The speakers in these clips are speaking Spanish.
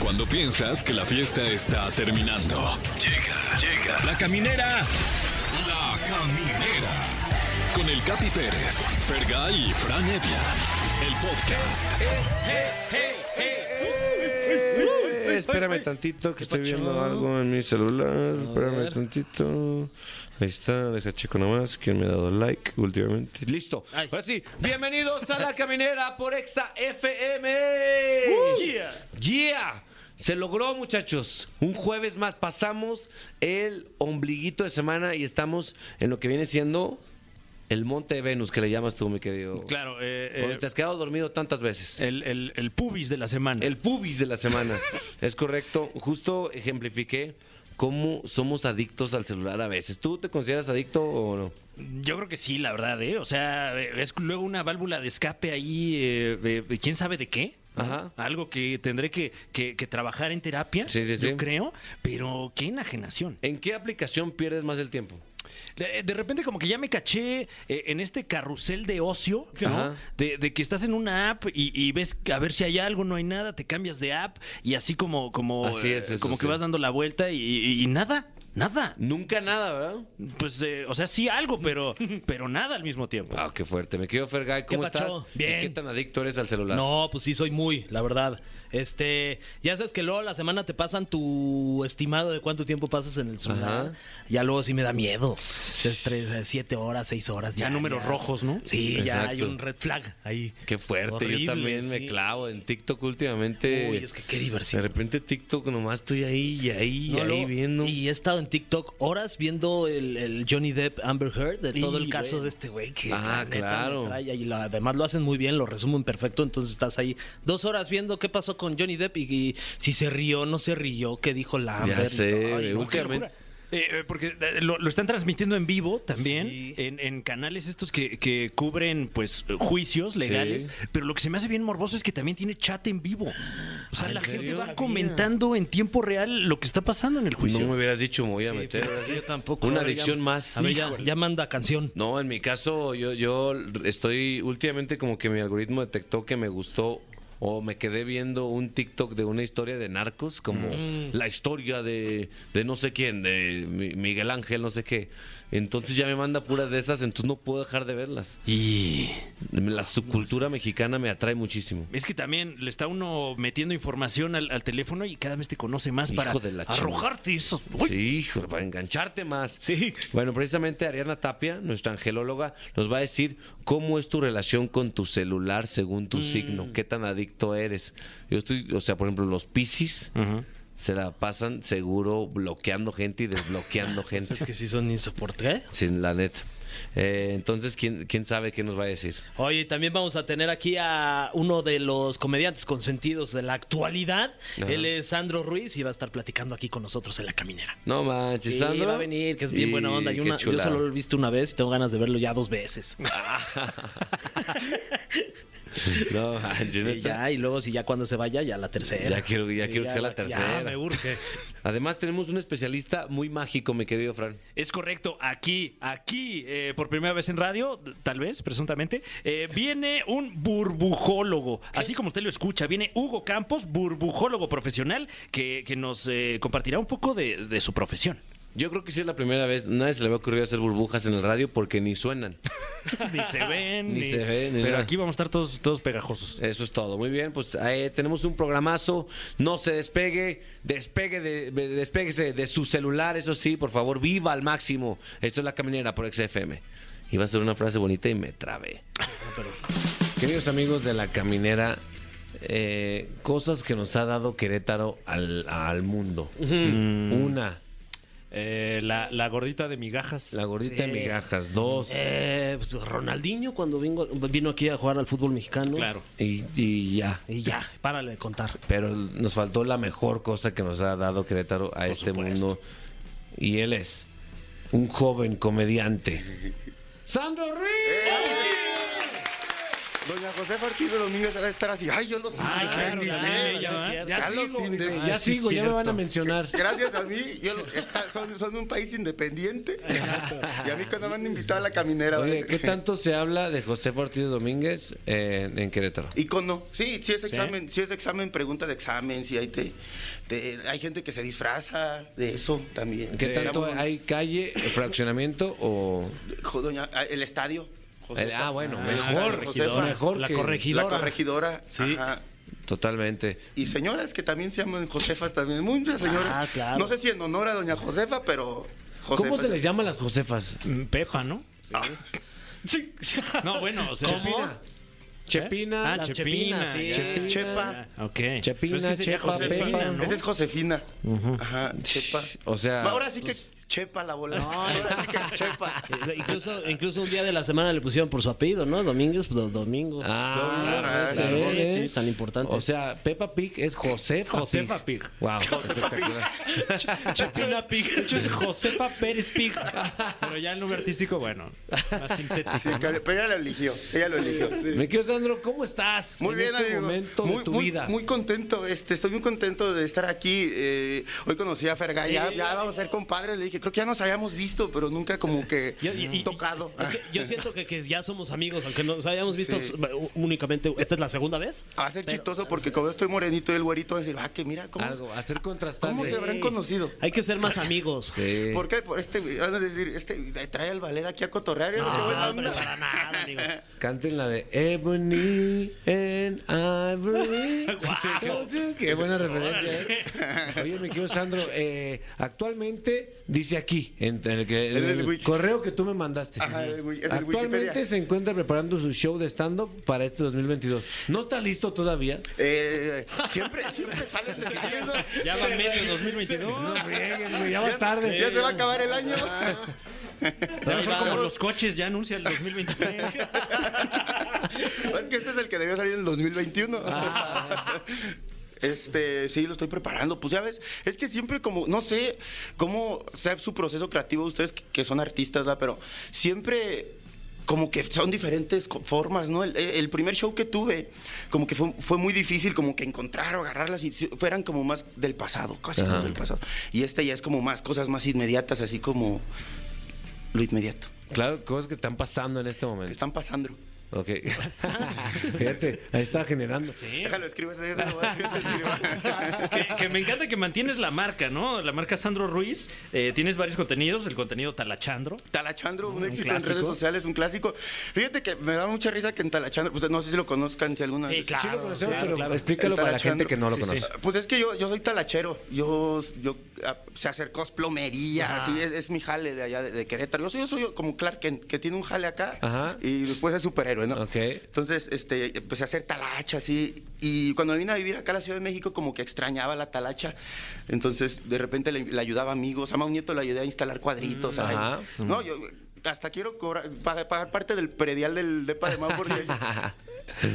Cuando piensas que la fiesta está terminando. Llega, llega. La caminera. La caminera. Con el Capi Pérez, Fergay y Fran Evia. El podcast. Eh, Espérame tantito que estoy viendo algo en mi celular. Espérame tantito. Ahí está, deja checo nomás que me ha dado like últimamente. Listo. Ahora sí, bienvenidos a La Caminera por Exa FM. Yeah. Se logró, muchachos. Un jueves más pasamos el ombliguito de semana y estamos en lo que viene siendo el Monte de Venus, que le llamas tú, mi querido. Claro, eh, eh, Porque te has quedado dormido tantas veces. el, el- el pubis de la semana. El pubis de la semana. es correcto. Justo ejemplifiqué cómo somos adictos al celular a veces. ¿Tú te consideras adicto o no? Yo creo que sí, la verdad, ¿eh? O sea, eh, es luego una válvula de escape ahí, eh, de- de quién sabe de qué. Ajá. Algo que tendré que, que- que trabajar en terapia, Sí, sí, sí. Eh, yo creo, pero qué enajenación. ¿En qué aplicación pierdes más el tiempo? De, de repente como que ya me caché eh, en este carrusel de ocio, ¿no? Ajá. de, de que estás en una app y, y ves a ver si hay algo, no hay nada, te cambias de app y así como, como, Así es, eh, eso como que sí. vas dando la vuelta y, y- y nada, nada. Nunca nada, ¿verdad? Pues, eh, o sea, sí algo, pero, pero nada al mismo tiempo. Ah, qué fuerte. Me querido Fergay, ¿cómo ¿Qué estás? pacho? ¿Y Bien. ¿Qué tan adicto eres al celular? No, pues sí, soy muy, la verdad. Este, ya sabes que luego la semana te pasan tu estimado de cuánto tiempo pasas en el celular. Ajá. Ya luego sí me da miedo. Es tres, eh, siete horas, seis horas. Ya números rojos, ¿no? Sí, ya hay Exacto. un red flag ahí. Qué fuerte. Horrible, Yo también me sí. clavo en TikTok últimamente. Uy, es que qué De diversión. repente TikTok nomás estoy ahí y ahí y No, ahí lo- viendo. Y he estado en TikTok horas viendo el, el Johnny Depp Amber Heard de todo Y, el caso bueno. de este güey que Ah, la neta, claro. me trae ahí. Lo- además lo hacen muy bien, lo resumen perfecto, entonces estás ahí dos horas viendo qué pasó con Johnny Depp y, y si se rió, no se rió, qué dijo la Amber. ya y sé, todo. Ay, güey, no, qué últimamente. Eh, eh, porque eh, lo, lo están transmitiendo en vivo también, Sí. en, en canales estos que, que cubren pues eh, juicios legales, Sí. pero lo que se me hace bien morboso es que también tiene chat en vivo. O sea, Ah, ¿en la gente serio? va Sabía. comentando en tiempo real lo que está pasando en el juicio. No me hubieras dicho, me voy a Sí, meter. pero ahora sí. yo tampoco. Una Ahora ya- adicción más. A ver, ya, Híjole. ya manda canción. No, en mi caso, yo, yo estoy últimamente como que mi algoritmo detectó que me gustó o me quedé viendo un TikTok de una historia de narcos, como la historia de, de no sé quién, de Mi- Miguel Ángel, no sé qué. Entonces ya me manda puras de esas, entonces no puedo dejar de verlas. Y La subcultura mexicana me atrae muchísimo. es que también le está uno metiendo información al, al teléfono y cada vez te conoce más Hijo para de la chingada. arrojarte eso. Sí, hijo, para engancharte más. Sí. Bueno, precisamente Ariana Tapia, nuestra angelóloga, nos va a decir cómo es tu relación con tu celular según Mm. tu signo, qué tan adicto eres. Yo estoy, o sea, por ejemplo, los Piscis se la pasan seguro bloqueando gente y desbloqueando gente. Es que sí son insoportables. Sin la neta. Eh, entonces, ¿quién, ¿quién sabe qué nos va a decir? Oye, también vamos a tener aquí a uno de los comediantes consentidos de la actualidad. Ajá. Él es Sandro Ruiz y va a estar platicando aquí con nosotros en la caminera. No manches, Sí, Sandro. va a venir, que es bien Y buena onda. Y qué una- yo chulada. solo lo he visto una vez y tengo ganas de verlo ya dos veces. No manches, Y neta. ya, y luego si ya cuando se vaya, ya la tercera. Ya quiero- ya Sí, quiero que sea la tercera. Ya, me urge. Además, tenemos un especialista muy mágico, mi querido Fran. Es correcto, aquí, aquí, eh, por primera vez en radio, t- tal vez, presuntamente, eh, viene un burbujólogo. Así como usted lo escucha, viene Hugo Campos, burbujólogo profesional, que, que nos eh, compartirá un poco de, de su profesión. Yo creo que sí es la primera vez. Nadie se le había ocurrido hacer burbujas en el radio porque ni suenan. ni se ven, Ni se ven, ni Pero nada. aquí vamos a estar todos, todos pegajosos. Eso es todo. Muy bien, pues eh, tenemos un programazo. No se despegue, despegue de, de- despeguese de su celular, eso sí, por favor, viva al máximo. Esto es La Caminera por XFM. Iba a ser una frase bonita y me trabé. Queridos amigos de La Caminera, eh, cosas que nos ha dado Querétaro al, al mundo. Una, la, gordita de migajas. la gordita de Sí. migajas. Dos, Eh, pues, Ronaldinho cuando vino, vino aquí a jugar al fútbol mexicano. Claro. y, y ya. Y ya, párale de contar. Pero nos faltó la mejor cosa que nos ha dado Querétaro a este mundo. Y él es un joven comediante. ¡Sandro Ruiz! Doña Josefa Ortiz de Domínguez va a estar así. Ay, yo los Ay, indiqué, claro, ni ya, sé. ya, ya, Ya ya los sigo, indiqué. Ya sigo, ya me van a mencionar. Gracias a mí, yo está- son, son un país independiente. Y a mí cuando me han invitado a la caminera. Oye, parece. ¿qué tanto se habla de José Ortiz Domínguez eh, en Querétaro? Icono, sí, sí es examen, sí, es examen, pregunta de examen, sí hay te, te- hay gente que se disfraza de eso también. ¿Qué Eh, tanto vamos, hay calle, fraccionamiento o...? jo- doña- ah, el estadio. El- ah, bueno, Ah, mejor, Josefa. mejor La que- corregidora. La corregidora. Sí. ajá. Totalmente. Y señoras que también se llaman Josefas también, muchas señoras. Ah, claro. No sé si en honor a doña Josefa, pero ¿Cómo Josefa- se les llama a las Josefas? Mm, Pepa, ¿no? Ah, Sí. No, bueno, o sea, ¿Cómo? Chepina, Ah, La Chepina, Chepina, sí. ya. Chepa. Ah, ok. Chepina, Pero es que sería Chepa, Josefina, Josefa. Pepa. ¿no? Esa es Josefina. Ajá, Chepa. O sea, pues, Ahora sí que Chepa la bola. ahora sí que es Chepa. Incluso, incluso un día de la semana le pusieron por su apellido, ¿no? Domínguez, pues do- domingo. Ah, Ah, sí, claro, ¿eh? sí, tan importante. O sea, Peppa Pig es Josefa Josefa Pig. Pig. Wow, espectacular. Chepina Pig. De hecho, es Josefa Pérez Pig. Pero ya el nombre artístico, bueno, más sintético. Sí, claro, pero ella lo eligió. Ella lo eligió. Me quedo, Sandro, ¿cómo estás Muy en bien, este amigo. momento muy, de tu muy- vida? Muy contento, este, estoy muy contento de estar aquí. eh, hoy conocí a Fergay, ya, ya vamos a ser compadres. Le dije, creo que ya nos habíamos visto, pero nunca como que Yo- y- y- tocado. Es que yo siento que, que ya somos amigos, aunque nos hayamos visto Sí. s- únicamente. ¿Esta es la segunda vez? Ah, Va a ser chistoso ah, porque como estoy morenito y el güerito va a decir, ah, que mira, ¿cómo, Algo, hacer contrastes. ¿cómo se habrán conocido? Hay que ser más amigos. Sí. ¿Por qué? Por este, van a decir, este trae al ballet aquí a cotorrear. ¿eh? No, Qué buena no, onda. pero para nada, amigo. Canten la de Ebony and Ivory. Guau. Qué buena referencia. ¿eh? Oye, mi querido Sandro, eh, actualmente dice aquí, en, en el, que- en En el el wiki. correo que tú me mandaste. Ajá, en el wi- en el actualmente Wikipedia. se encuentra preparando su show de stand-up para este 2022. ¿No está listo todavía? Eh, siempre, siempre sale de Ya va medio 2022. No friegues, güey, ya vas tarde. Ya se va a acabar el año. Ya fue va. como los coches, ya anuncia el 2023. Es que este es el que debió salir en el 2021. Este, sí, lo estoy preparando. Pues ya ves, es que siempre como, no sé cómo sea su proceso creativo, ustedes que- que son artistas, ¿verdad? pero siempre como que son diferentes co- formas, ¿no? El, el primer show que tuve, como que fue, fue muy difícil como que encontrar o agarrarlas y si- fueran como más del pasado, cosas Ajá. del pasado. Y este ya es como más, cosas más inmediatas, así como lo inmediato. Claro, cosas que están pasando en este Que momento. están pasando. Ok. Fíjate, ahí está generando. Déjalo, escribes ahí. déjalo, así se escriba. que, que me encanta que mantienes la marca, ¿no? La marca Sandro Ruiz. Eh, tienes varios contenidos, el contenido Talachandro. Talachandro, un, éxito en clásico. redes sociales, un clásico. Fíjate que me da mucha risa que en Talachandro, ustedes no sé si lo conozcan, si alguna vez- Sí lo conocemos, claro, pero claro. explícalo El para la Talachandro. gente que no lo conoce. Pues es que yo, yo soy talachero, yo, yo ah, sé hacer plomería, así es, es mi jale de allá de, de Querétaro. Yo soy, yo soy como Clark Kent, que tiene un jale acá Ajá. y después es superhéroe, ¿no? Ok. Entonces, este, empecé a hacer talacha, así, y cuando vine a vivir acá a la Ciudad de México, como que extrañaba la talacha. Entonces, de repente le, le ayudaba a amigos, a un Nieto le ayudé a instalar cuadritos. ahí. Mm, Ajá. No, yo hasta quiero cobrar- pagar, pagar parte del predial del depa de Mau porque...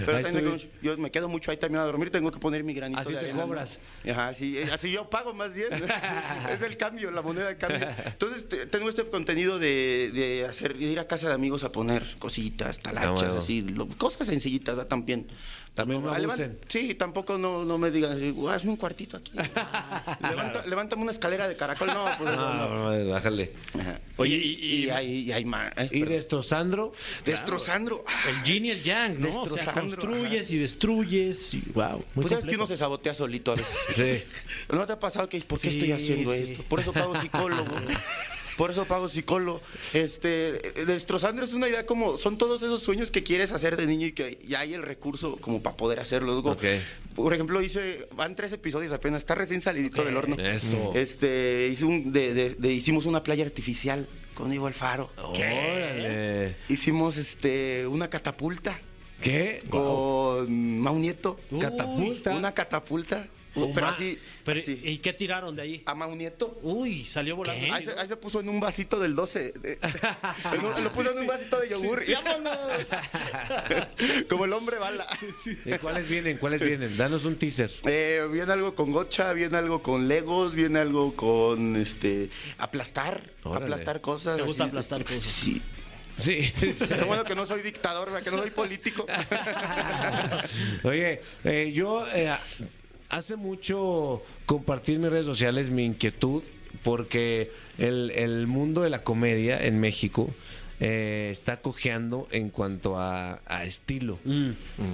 Pero Ahí tengo- estuve. yo me quedo mucho ahí también a dormir, tengo que poner mi granito. Así de te arena, ¿no? cobras. Ajá, sí, eh, así yo pago más bien. es el cambio, la moneda de cambio. Entonces te- tengo este contenido de, de hacer, de ir a casa de amigos a poner cositas, talachas, Ah, bueno. así, lo- cosas sencillitas ¿verdad? también. También No, me ah, levan- abusen. Sí, tampoco no, no me digan, así, "Guau, hazme un cuartito aquí. Levanta- Levántame una escalera de caracol, no, pues no, no. Ah, No, no, bájale. Ajá. Oye, y- y, y- hay, y hay más. eh, Y perdón. destrozando. Destrozando. ah, El yin y el yang, ¿no? O sea, Destrozando, construyes y destruyes. Y, wow, muy Pues sabes que complejo. uno se sabotea solito a veces. Sí. ¿No te ha pasado que por qué Sí, estoy haciendo sí. esto? Por eso pago psicólogo. Por eso pago psicólogo. Este, eh, destrozando es una idea como son todos esos sueños que quieres hacer de niño y que ya hay el recurso como para poder hacerlo. Luego, Ok. Por ejemplo, hice van tres episodios apenas, está recién salidito del horno. Eso. Este, hice un- de- de- de- hicimos una playa artificial con Ivo Alfaro. ¿Eh? Órale. Hicimos este una catapulta ¿Qué? con Mau Nieto. Uy, Catapulta. Una catapulta, Oh, pero ma- así, pero, así. ¿Y qué tiraron de ahí? a Mau Nieto. Uy, salió volando. Ahí se, ahí se puso en un vasito del 12. de- en un- lo puso en un vasito de yogur. y ¡vámonos! Como el hombre bala. ¿Y cuáles vienen? ¿Cuáles vienen? Danos un teaser. Eh, viene algo con gocha, viene algo con legos, viene algo con este aplastar, Órale. aplastar cosas. Me gusta así, aplastar este, cosas. Sí. Sí. Qué bueno que no soy dictador, o sea, que no soy político. Oye, eh, yo eh, hace mucho compartí en mis redes sociales mi inquietud porque el, el mundo de la comedia en México eh, está cojeando en cuanto a, a estilo.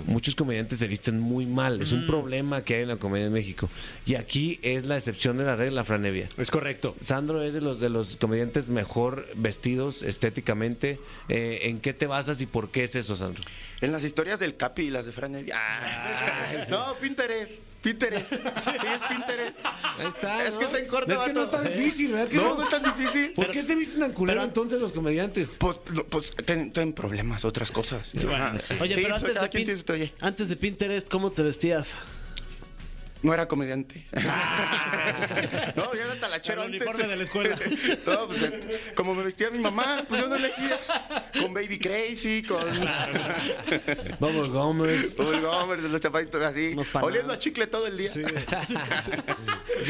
Muchos comediantes se visten muy mal. Es un problema que hay en la comedia en México. Y aquí es la excepción de la regla, Franevia. Es correcto. Sandro es de los de los comediantes mejor vestidos estéticamente. Eh, ¿En qué te basas y por qué es eso, Sandro? En las historias del Capi y las de Fran Evia. Ah, no, Pinterest. Pinterest. Sí, es Pinterest. Ahí está. Es que está en corto. Es que no es vato. tan difícil, ¿verdad? que No, no es tan difícil. ¿Por qué se visten tan culero pero- entonces los comediantes? Pues, lo- pues ten, ten problemas, otras cosas. Ajá. Oye, Sí, pero so- antes cada de, quien Pin- tiene su- oye, antes de Pinterest, ¿cómo te vestías? no era comediante. Ah, no, yo era talachero Ah. El antes. uniforme de la escuela. No, pues eh, como me vestía mi mamá, pues yo no elegía. Con Baby Crazy, con Vamos, Gómez. Bull Gomers, los chaparritos así. Unos panados. Oliendo a chicle todo el día. ¿Sí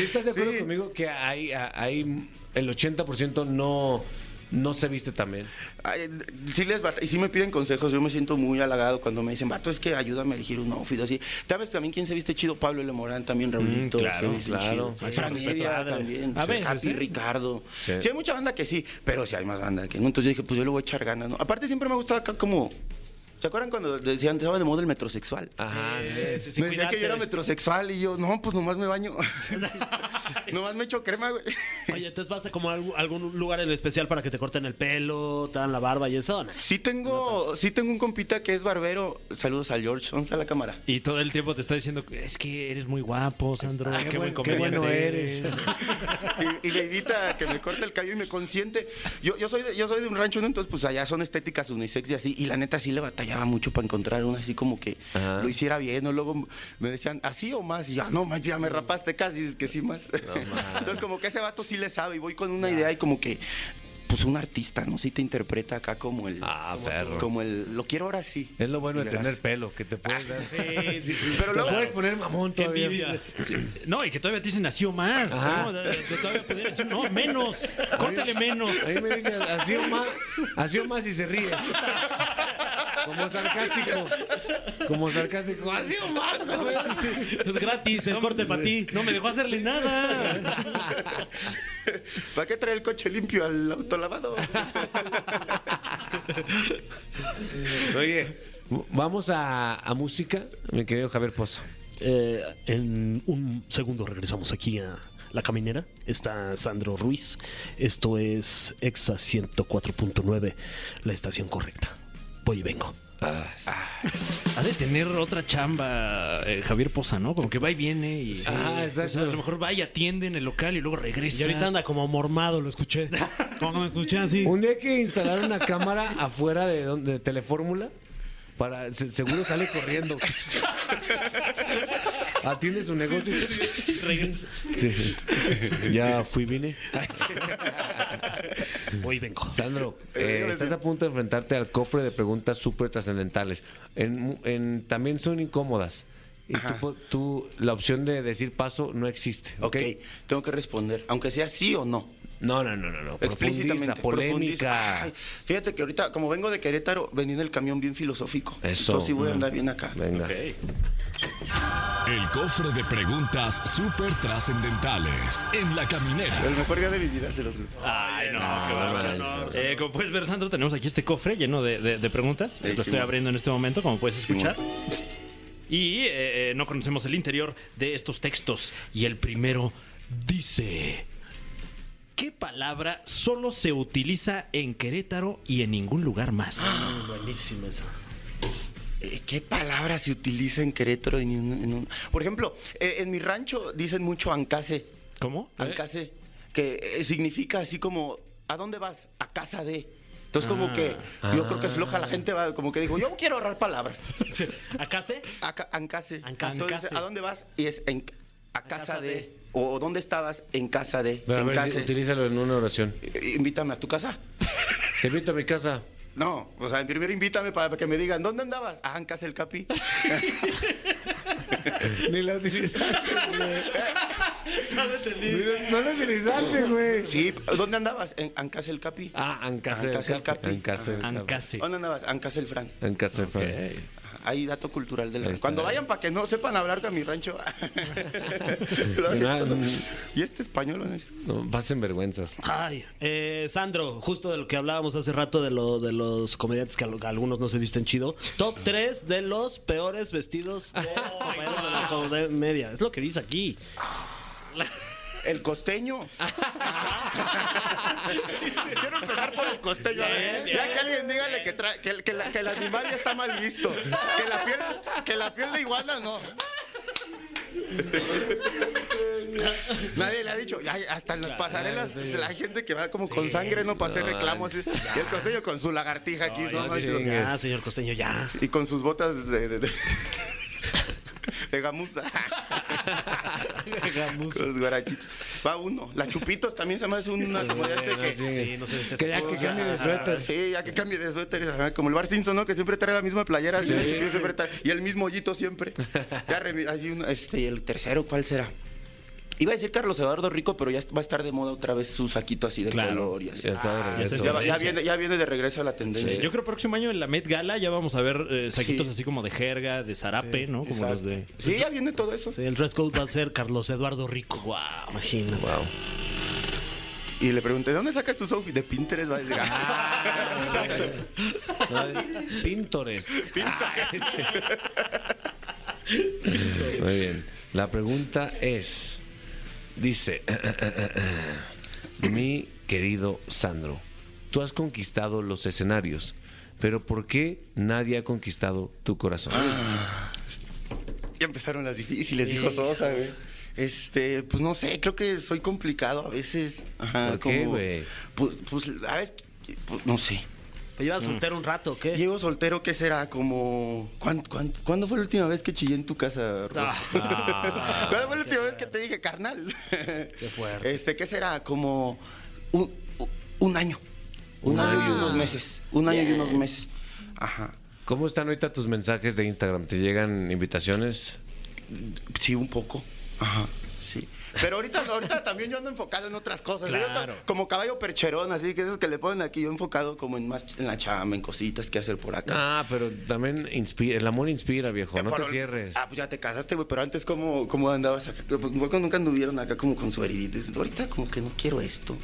estás de acuerdo Sí. conmigo que hay, a- hay el 80% no, no se viste también? Ay, sí les bata- y sí me piden consejos, yo me siento muy halagado cuando me dicen, vato, es que ayúdame a elegir un outfit así. ¿Sabes también quién se viste chido? Pablo Le Morán, también Raulito. Mm, claro, se viste claro. chido. Hay que Fran respetar. Evia también. A sí, veces, Capi, ¿eh? Ricardo. Sí. Sí. hay mucha banda que sí, pero sí hay más banda que no. Entonces dije, pues yo le voy a echar ganas, ¿no? Aparte siempre me ha gustado acá como... ¿Se acuerdan cuando decían, estaba de moda el metrosexual? Ajá. Ah, sí. me decía que yo era metrosexual y yo, no, pues nomás me baño. nomás me echo crema, güey. Oye, entonces vas a como a algún- algún lugar en especial para que te corten el pelo, te dan la barba y eso. ¿no? Sí tengo, sí tengo un compita que es barbero. Saludos al George, ¿dónde está la cámara? Y todo el tiempo te está diciendo, es que eres muy guapo, Sandro. Ah, qué, buen buen- qué comediante bueno eres. y, y me invita a que me corte el cabello y me consiente. Yo, yo, soy de, yo soy de un rancho, ¿no? entonces pues allá son estéticas unisex y así. Y la neta sí le batallaba mucho para encontrar una así como que Ajá. lo hiciera bien. O luego me decían, ¿así o más? Y ya, no, man, ya me rapaste casi, es que sí más. entonces como que ese vato sí le sabe y voy con una idea y como que... Pues un artista, ¿no? Sí te interpreta acá como el... Ah, como, perro. Como el... Lo quiero ahora sí. Es lo bueno Y de verás. tener pelo, que te puedes dar. Sí, sí, sí. Pero Te luego... puedes poner mamón Qué todavía. envidia. No, y que todavía te dicen nació más. Ajá. ¿no? De- de- Todavía pudiera decir, no, menos. Córtele menos. Ahí me dice, así o más, así o más y se ríe. Como sarcástico. Como sarcástico. Así o más, güey. Es gratis el corte para ti. No me dejó hacerle nada. ¿Para qué traer el coche limpio al autolavado? Oye, vamos a, a música, mi querido Javier Poza. Eh, en un segundo regresamos aquí a La Caminera. Está Sandro Ruiz. Esto es Exa 104.9, la estación correcta. Voy y vengo. Ha de tener otra chamba eh, Javier Poza, ¿no? Como que va y viene y... Ah, exacto. O sea, a lo mejor va y atiende en el local y luego regresa. Y ahorita anda como mormado, lo escuché. Como que me escuché así. Un día que instalaron una cámara afuera de, donde, de Telefórmula, para, se- seguro sale corriendo. Atiende su negocio. Regresa. Sí. Ya fui, vine. Voy y vengo. Sandro, eh, estás a punto de enfrentarte al cofre de preguntas súper trascendentales. En- en- también son incómodas. Y tú, po- tú- la opción de decir paso no existe. ¿ok? ok, tengo que responder, aunque sea sí o no. No, no, no, no, no. Profundiza, Explícitamente, polémica. profundiza. Ay, fíjate que ahorita, como vengo de Querétaro, venía en el camión bien filosófico. Eso. Entonces sí voy a Mm. andar bien acá. Venga. El cofre de preguntas súper trascendentales en la caminera. El mejor día de mi vida se los juro. Ay, no, qué bárbaro. no, no. Eh, como puedes ver, Sandro, tenemos aquí este cofre lleno de, de- de preguntas. Sí, Lo estoy Simón. abriendo en este momento, como puedes escuchar. Simón. Y eh, eh, no conocemos el interior de estos textos. Y el primero dice... ¿Qué palabra solo se utiliza en Querétaro y en ningún lugar más? Buenísimo eso. Eh, ¿Qué palabra se utiliza en Querétaro? En un- en un- Por ejemplo, eh, en mi rancho dicen mucho ancase. ¿Cómo? Ancase, que eh, significa así como, ¿a dónde vas? A casa de. Entonces como Ah. que yo creo que es floja la gente, va como que digo, yo quiero ahorrar palabras. ¿Acá se? Aca- Ancase. Ancase. Entonces, Ancase. ¿a dónde vas? Y es en, a casa, casa de. de. O ¿dónde estabas? En casa de. Pero a en ver, casa. utilízalo en una oración. Eh, Invítame a tu casa. Te invito a mi casa. No, o sea, primero invítame para que me digan, ¿dónde andabas? Ah, en casa del Capi. Ni la utilizaste, güey. Mira, No la utilizaste, güey. Sí, ¿dónde andabas? En Ancas el Capi. Ah, Ancasel. Ancasel Capi. Ah, Ancasel. Capi. Ancase. ¿Dónde andabas? Ancas el Fran. Ancasel. Fran. Ok. Ahí dato cultural Ahí del rancho. está. Cuando vayan para que no sepan hablar con mi rancho. Lo- De nada, no. y este español, ¿no? No, vas en vergüenzas. Ay, eh, Sandro, justo de lo que hablábamos hace rato de, lo, de los comediantes que, al- que algunos no se visten chido. Top 3 de los peores vestidos de, Oh compañeros de la comedia. Es lo que dice aquí. el costeño. Quiero empezar por el costeño. a ver. Bien, ya que alguien dígale que, tra- que, el- que la- que el animal ya está mal visto. Que la piel, que la piel de iguana no. Nadie le ha dicho, Ay, hasta en las pasarelas la gente que va como con sangre no para hacer reclamos. Y el costeño con su lagartija aquí. no, ya no, sí. no. Ah, Ya, señor Costeño, ya. Y con sus botas de, de, de- de gamuza. Los guarachitos. Va uno. La Chupitos también se me hace una comediante que... Sí, no se viste Que ya tan- que cambie de Ah, suéter. Sí, ya que cambie de suéter. ajá, Como el Bar Simpson, ¿no? Que siempre trae la misma playera. ¿sí? Chupitos siempre trae- y el mismo hoyito siempre. Ya remi- hay uno, este, y el tercero, ¿cuál será? Iba a decir Carlos Eduardo Rico, pero ya va a estar de moda otra vez su saquito así de Claro. color y así. Ya está de regreso. Ah, Ya, va- ya viene, ya viene de regreso a la tendencia. Eh, Yo creo que próximo año en la Met Gala ya vamos a ver eh, saquitos Sí. así como de jerga, de zarape, ¿no? Como los de. Sí, ya viene todo eso. Sí, el dress code va a ser Carlos Eduardo Rico. Wow, imagínate. Y le pregunté, ¿de dónde sacas tus outfits? De Pinterest, va a decir. No, es Pintores. Ah, ese. Muy bien. La pregunta es, dice, mi querido Sandro, tú has conquistado los escenarios, pero ¿por qué nadie ha conquistado tu corazón? Ya empezaron las difíciles, dijo Sosa, güey. Este, pues no sé, creo que soy complicado a veces. Ajá, ¿Por qué, güey? Pues, pues, a ver, pues, no sé. ¿Te Mm. llevas soltero un rato o qué? Llevo soltero, ¿qué será? Como... ¿Cuán- cuán- ¿Cuándo fue la última vez que chillé en tu casa, Rubén? Ah. Ah. ¿Cuándo fue la última vez que te dije, carnal? Qué fuerte. Este, ¿qué será? Como un, un- un año. Un año y unos meses. Un año y unos meses. Ajá. ¿Cómo están ahorita tus mensajes de Instagram? ¿Te llegan invitaciones? Sí, un poco. Ajá. Sí. Pero ahorita, ahorita también yo ando enfocado en otras cosas. Yo ando como caballo percherón, así que esos que le ponen aquí, yo enfocado como en más en la chamba, en cositas que hacer por acá. Ah, pero también inspira, el amor inspira, viejo, no te Pero- cierres. Ah, pues ya te casaste, güey, pero antes ¿cómo, cómo andabas acá. Igual que nunca anduvieron acá como con su heridita. Ahorita como que no quiero esto.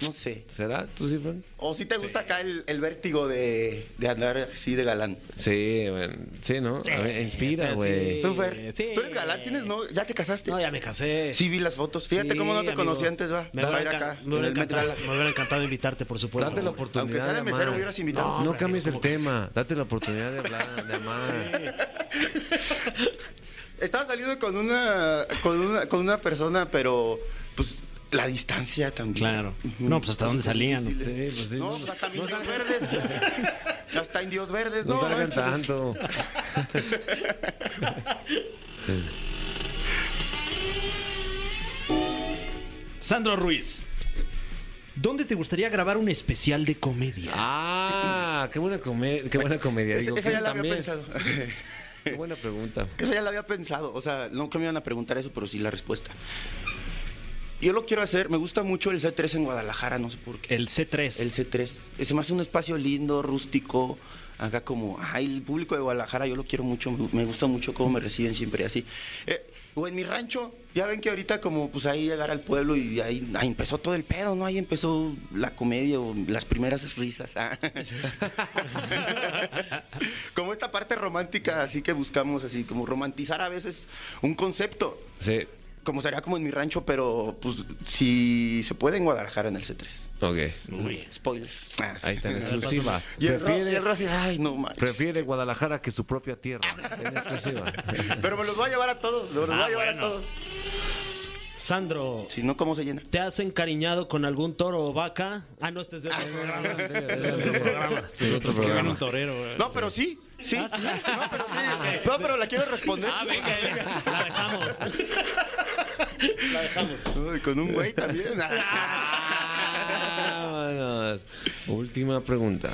No sé. ¿Será? ¿Tú sí, Fran? O si te gusta acá el, el vértigo de, de andar así de galán. Sí, güey. sí, ¿no? A ver, inspira, sí. güey. Tú, Fer, sí. tú eres galán, tienes no, ya te casaste. No, ya me casé. Sí, vi las fotos. Fíjate Sí, cómo no te amigo. conocí antes, va. Me hubiera, Va a ir encan- acá, me hubiera en el Met encantado, Gala. me hubiera encantado invitarte, por supuesto. Date la Hombre. oportunidad. Aunque sea de mesero, amar. hubieras invitado. No, No, no cambies el ¿cómo crees? tema. Date la oportunidad de hablar, de amar. Estaba saliendo con una, con una, con una persona, pero pues la distancia también. Claro. No, pues hasta dónde salían. Sí, Sí, pues sí. No, pues hasta indios verdes. hasta indios verdes, No ¿no? salgan manches. tanto. Sandro Ruiz. ¿Dónde te gustaría grabar un especial de comedia? Ah, qué buena, come- qué buena comedia. Esa- Digo, esa ya ¿quién la había también? pensado. Qué buena pregunta. Esa ya la había pensado. O sea, no que me iban a preguntar eso, pero sí la respuesta. Yo lo quiero hacer. Me gusta mucho el C3 en Guadalajara, no sé por qué. El C3. El C3. Se me hace un espacio lindo, rústico. Acá como, ay, el público de Guadalajara, yo lo quiero mucho, me me gusta mucho cómo me reciben siempre así. Eh, o en mi rancho, ya ven que ahorita como pues ahí llegar al pueblo y ahí, ahí empezó todo el pedo, ¿no? Ahí empezó la comedia o las primeras risas. ah. como esta parte romántica, así que buscamos así, como romantizar a veces un concepto. Sí, Como sería como en mi rancho, pero pues si se puede en Guadalajara en el C3. ok. Uy. Spoilers. Ah. Ahí está, en exclusiva. Y el, Ro- y el Prefiere, Ro así, ay, no manches. prefiere Guadalajara que su propia tierra. En exclusiva. Pero me los voy a llevar a todos, me los voy a llevar a todos. Sandro, Si no, ¿cómo se llena? ¿te has encariñado con algún toro o vaca? Ah, no, este es de otro programa. Este es de otro programa. Es otro Es que ven programa. un torero. eh. No, pero sí, sí. Ah, No, pero sí. No, pero la quiero responder. Ah, venga, venga. La dejamos. La dejamos. Ay, con un güey también. Ah, Vámonos. Última pregunta.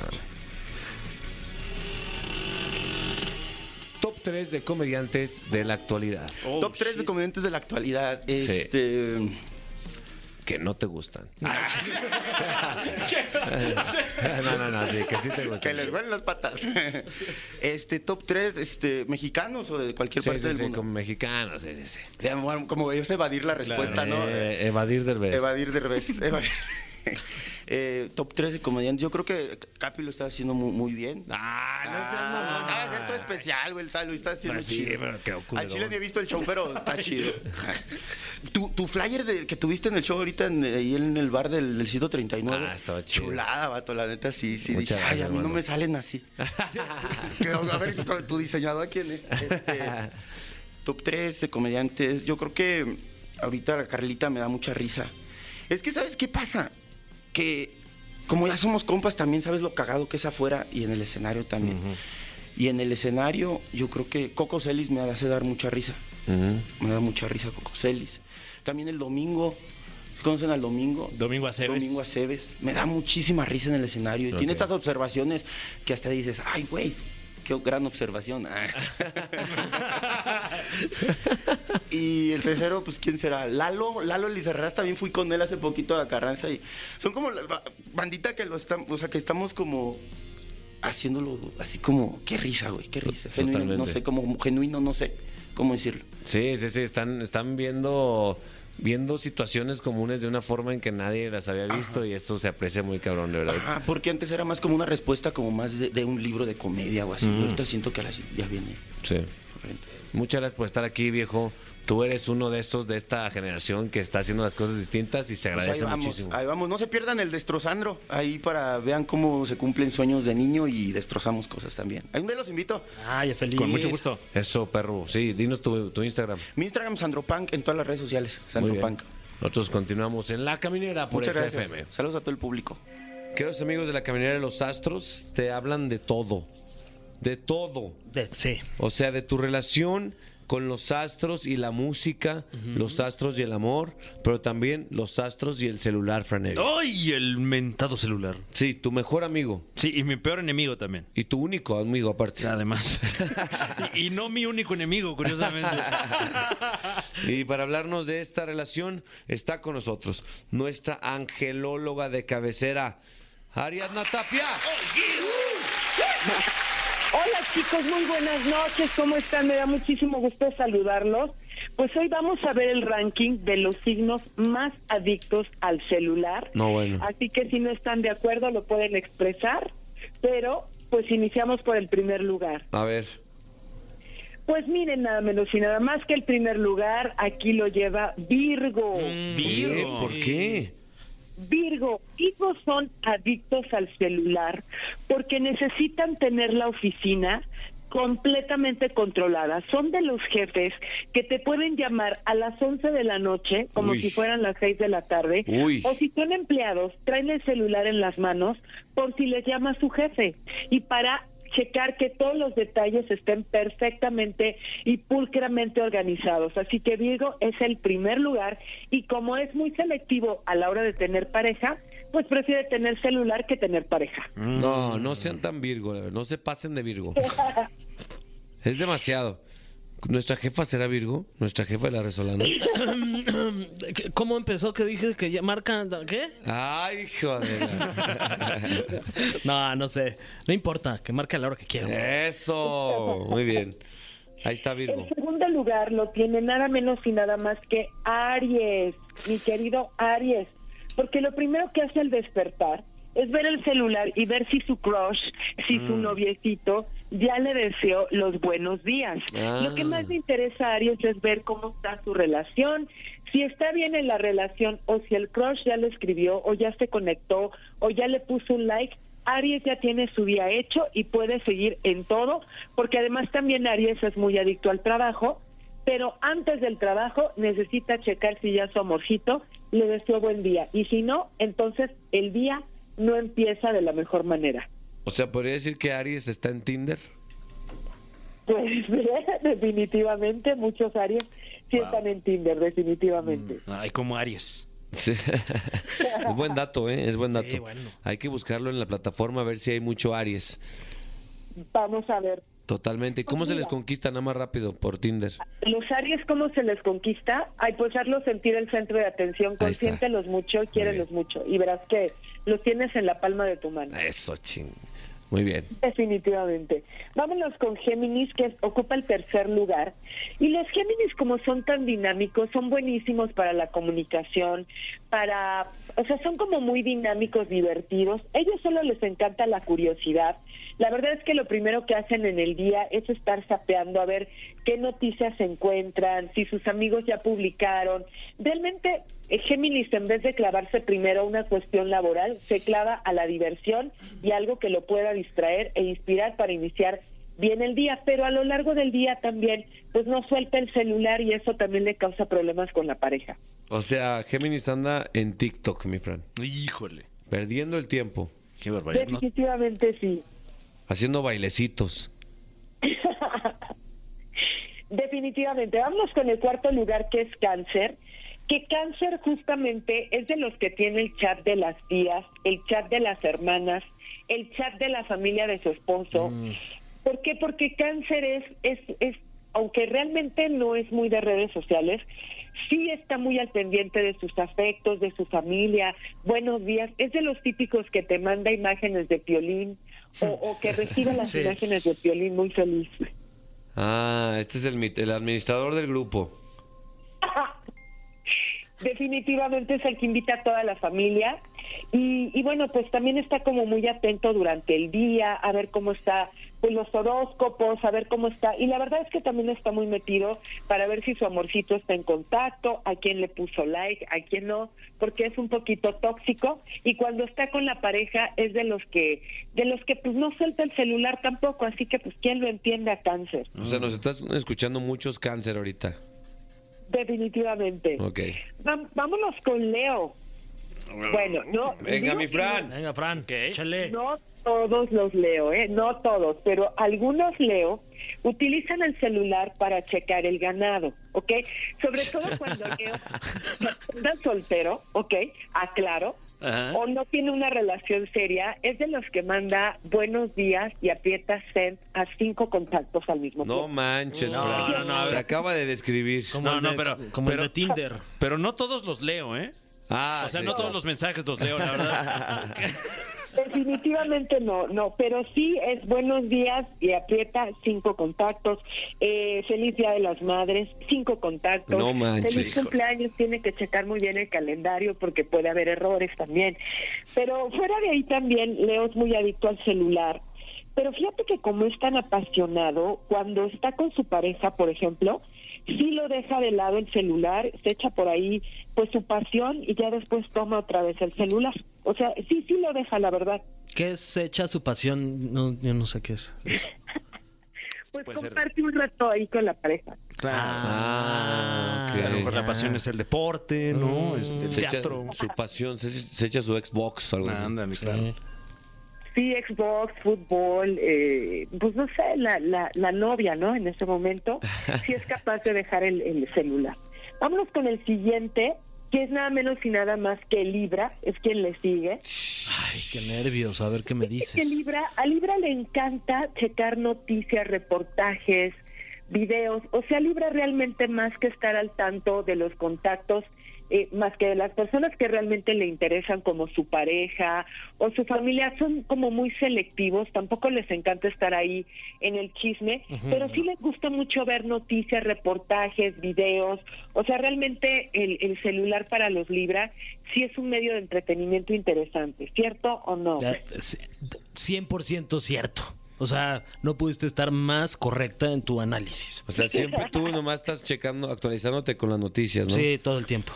Top 3 de comediantes de la actualidad Oh, Top 3 de shit. comediantes de la actualidad. Este. que no te gustan. Ah, no, no, no, sí, que sí te gustan. Que les huelen las patas. Este, top 3, este, mexicanos o de cualquier Sí, parte sí, del sí, mundo. como mexicanos, sí, sí, sí. Ya, bueno, Como es evadir la respuesta, ¿no? Eh, evadir del beso. Evadir de revés. evadir. Eh, top 3 de comediantes. Yo creo que Capi lo está haciendo muy, muy bien. Ah, no seas mamón. Acaba de ser todo especial, güey. el tal, Lo está haciendo Pues sí, chido. pero quedó Al culerón. chile ni he visto el show, pero está chido. tu, tu flyer de- que tuviste en el show ahorita, en, ahí en el bar del, del 139. Ah, estaba chido. Chulada, vato, la neta, sí, sí. Muchas dije, gracias, Ay, a mí no hermano. me salen así. Que, a ver, tu, tu diseñador, ¿quién es? Este, top 3 de comediantes. Yo creo que ahorita la Carlita me da mucha risa. Es que, ¿sabes qué pasa? Que como ya somos compas, también sabes lo cagado que es afuera y en el escenario también. Y en el escenario, yo creo que Coco Celis me hace dar mucha risa. Ujú. Me da mucha risa Coco Celis. También el domingo. ¿Conocen al domingo? Domingo Aceves. Domingo Aceves. Me da muchísima risa en el escenario. Y tiene Ok. estas observaciones que hasta dices, ay, güey, qué gran observación. Ah. y el tercero, pues, ¿quién será? Lalo, Lalo Lizarraz, también fui con él hace poquito a Carranza y son como la ba- bandita que lo estamos, o sea, que estamos como haciéndolo así como, qué risa, güey, qué risa. Genuino, no Totalmente. sé, como genuino, no sé cómo decirlo. Sí, sí, sí, están, están viendo, viendo situaciones comunes de una forma en que nadie las había visto y eso se aprecia muy cabrón, de verdad. Ajá, porque antes era más como una respuesta como más de, de un libro de comedia o así. Ahorita siento que a la- ya viene. Sí. diferente. Muchas gracias por estar aquí, viejo. Tú eres uno de esos de esta generación que está haciendo las cosas distintas y se Pues agradece ahí vamos, muchísimo. ahí vamos. No se pierdan el destrozandro. Ahí para vean cómo se cumplen sueños de niño y destrozamos cosas también. Ahí un día los invito. Ay, feliz. Con mucho gusto. Eso, perro. Sí, dinos tu, tu Instagram. Mi Instagram Sandropunk en todas las redes sociales. Muy bien. Sandropunk. Nosotros continuamos en La Caminera por Muchas gracias. XFM. Saludos a todo el público. Queridos amigos de La Caminera de los Astros, te hablan de todo. De todo. De- sí. O sea, de tu relación con los astros y la música, los astros y el amor, pero también los astros y el celular, Franel. ¡Ay, el mentado celular! Sí, tu mejor amigo Sí, y mi peor enemigo también. y tu único amigo aparte. Además. y, y no mi único enemigo, curiosamente. Y para hablarnos de esta relación está con nosotros nuestra angelóloga de cabecera, Ariadna Tapia. Hola chicos, muy buenas noches, ¿cómo están? Me da muchísimo gusto saludarlos. Pues hoy vamos a ver el ranking de los signos más adictos al celular. No, bueno. Así que si no están de acuerdo lo pueden expresar, pero pues iniciamos por el primer lugar. A ver, Pues miren nada menos y nada más que el primer lugar aquí lo lleva Virgo. Mm. ¿qué? Virgo. ¿por qué? Virgo, Virgo son adictos al celular porque necesitan tener la oficina completamente controlada. Son de los jefes que te pueden llamar a las 11 de la noche, como Uy. si fueran las 6 de la tarde, Uy. o si son empleados, traen el celular en las manos por si les llama su jefe y para checar que todos los detalles estén perfectamente y pulcramente organizados. Así que Virgo es el primer lugar y como es muy selectivo a la hora de tener pareja, pues prefiere tener celular que tener pareja. No, no sean tan Virgo, la verdad, no se pasen de Virgo. Es demasiado. ¿Nuestra jefa será Virgo? ¿Nuestra jefa de la Resolana? ¿Cómo empezó que dije que ya marca qué? Ay, joder. No, no sé. No importa, que marque a la hora que quiera. Eso. Muy bien. Ahí está Virgo. El segundo lugar lo tiene nada menos y nada más que Aries, mi querido Aries, porque lo primero que hace al despertar es ver el celular y ver si su crush, si su noviecito ya le deseó los buenos días. Ah. Lo que más le interesa a Aries es ver cómo está su relación, si está bien en la relación o si el crush ya le escribió o ya se conectó o ya le puso un like. Aries ya tiene su día hecho y puede seguir en todo, porque además también Aries es muy adicto al trabajo, pero antes del trabajo necesita checar si ya su amorcito le deseó buen día y si no, entonces el día no empieza de la mejor manera. O sea, podría decir que Aries está en Tinder. Pues definitivamente muchos Aries sí están en Tinder, definitivamente. Ay, como Aries. Sí. Es buen dato, ¿eh? Es buen dato. bueno. Hay que buscarlo en la plataforma a ver si hay mucho Aries. Vamos a ver. Totalmente. ¿Y cómo se les conquista nada más rápido? Por Tinder. Los Aries, ¿cómo se les conquista? Ay, pues hazlos sentir el centro de atención, Ahí está. consiéntelos mucho, quiérelos mucho y verás que los tienes en la palma de tu mano. Eso, ching. Muy bien. Definitivamente. Vámonos con Géminis, que ocupa el tercer lugar. Y los Géminis, como son tan dinámicos, son buenísimos para la comunicación, para, o sea, son como muy dinámicos, divertidos. Ellos solo les encanta la curiosidad. La verdad es que lo primero que hacen en el día es estar sapeando a ver qué noticias se encuentran, si sus amigos ya publicaron. Realmente, eh, Géminis, en vez de clavarse primero a una cuestión laboral, se clava a la diversión y algo que lo pueda distraer e inspirar para iniciar bien el día, pero a lo largo del día también, pues no suelta el celular y eso también le causa problemas con la pareja. O sea, Géminis anda en TikTok, mi Fran. Híjole, Perdiendo el tiempo. qué barbaridad. No- Definitivamente sí. Haciendo bailecitos. Definitivamente. Vámonos con el cuarto lugar que es cáncer. Que cáncer justamente es de los que tiene el chat de las tías, el chat de las hermanas, el chat de la familia de su esposo. ¿Por qué? Porque cáncer es, es, es, aunque realmente no es muy de redes sociales, sí está muy al pendiente de sus afectos, de su familia, buenos días. Es de los típicos que te manda imágenes de violín o, o que recibe las Sí. imágenes de violín muy feliz. Ah, este es el, mit- el administrador del grupo. Definitivamente es el que invita a toda la familia. Y, y bueno, pues también está como muy atento durante el día, a ver cómo está pues los horóscopos, a ver cómo está. Y la verdad es que también está muy metido para ver si su amorcito está en contacto, a quién le puso like, a quién no, porque es un poquito tóxico. Y cuando está con la pareja es de los que, de los que pues no suelta el celular tampoco, así que pues quién lo entiende a cáncer. O sea, nos estás escuchando muchos cáncer ahorita. Definitivamente. Ok. Vam- vámonos con Leo. Bueno, no. Venga, digo mi que Fran. Venga, Fran, échale. No todos los leo, ¿eh? No todos, pero algunos leo utilizan el celular para checar el ganado, ¿ok? Sobre todo cuando leo anda soltero, ¿ok? Aclaro. Ajá. O no tiene una relación seria, es de los que manda buenos días y aprieta send a cinco contactos al mismo No tiempo. manches, No, Fran. no, no, a ver. Te acaba de describir. Como No, el no, de- pero- Como pero- el de Tinder. Pero no todos los leo, ¿eh? Ah, O sea, sí. no todos los mensajes los leo, la verdad. Definitivamente no, no, pero sí es buenos días y aprieta cinco contactos. Eh, feliz Día de las Madres, cinco contactos. No manches, feliz híjole. cumpleaños, tiene que checar muy bien el calendario porque puede haber errores también. Pero fuera de ahí también, Leo es muy adicto al celular. Pero fíjate que como es tan apasionado, cuando está con su pareja, por ejemplo, sí lo deja de lado el celular, se echa por ahí pues su pasión y ya después toma otra vez el celular. O sea, sí, sí lo deja, la verdad. ¿Qué se echa su pasión? No, yo no sé qué es. eso. Pues Puede ser. comparte un rato ahí con la pareja. Ah, ok. A lo mejor la ya. Mm. pasión es el deporte, ¿no? Es el Se echa teatro. su pasión, se, se echa su Xbox o algo así. Ándale, Sí. claro. Sí, Xbox, fútbol, eh, pues no sé, la, la, la novia, ¿no? En ese momento, sí es capaz de dejar el, el celular. Vámonos con el siguiente, que es nada menos y nada más que Libra, es quien le sigue. Ay, qué nervios, a ver qué me Es que dices. Libra, a Libra le encanta checar noticias, reportajes, videos. O sea, Libra realmente más que estar al tanto de los contactos, eh, más que de las personas que realmente le interesan, como su pareja o su familia, son como muy selectivos. Tampoco les encanta estar ahí en el chisme, pero sí les gusta mucho ver noticias, reportajes, videos. O sea, realmente el, el celular para los Libra sí es un medio de entretenimiento interesante, ¿cierto o no? Ya, es 100% cierto. O sea, no pudiste estar más correcta en tu análisis. Pues O sea, siempre tú nomás estás checando, actualizándote con las noticias, ¿no? Sí, todo el tiempo.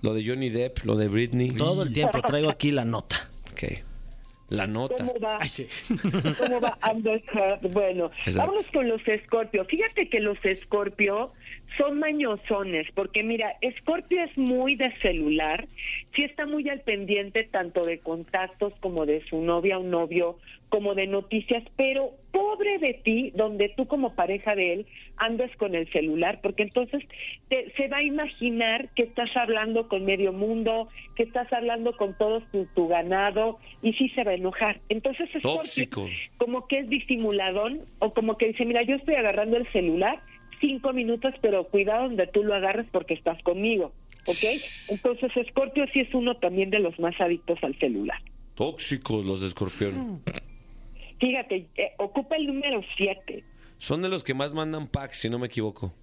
Lo de Johnny Depp, lo de Britney. Todo el tiempo. Traigo aquí la nota. Ok. La nota. ¿Cómo va? ¿Cómo va Amber Heard? Bueno, Exacto. vámonos con los Escorpio. Fíjate que los Escorpio son mañosones, porque mira, Scorpio es muy de celular, sí está muy al pendiente tanto de contactos como de su novia o novio, como de noticias, pero pobre de ti, donde tú como pareja de él andas con el celular, porque entonces te- se va a imaginar que estás hablando con medio mundo, que estás hablando con todo tu, tu ganado, y sí se va a enojar. Entonces Scorpio Tóxico. como que es disimuladón o como que dice, mira, yo estoy agarrando el celular cinco minutos, pero cuidado donde tú lo agarres porque estás conmigo, ¿ok? Entonces, Scorpio sí es uno también de los más adictos al celular. Tóxicos los de escorpión. Fíjate, eh, ocupa el número siete. Son de los que más mandan packs, si no me equivoco.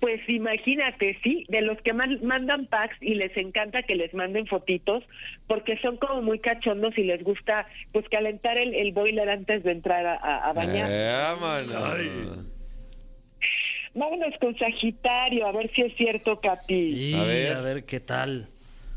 Pues imagínate, sí, de los que man- mandan packs y les encanta que les manden fotitos porque son como muy cachondos y les gusta pues calentar el, el boiler antes de entrar a, a- a bañar. Eh, mano. Vámonos con Sagitario, a ver si es cierto, Capi. Y A a ver. ver. qué tal.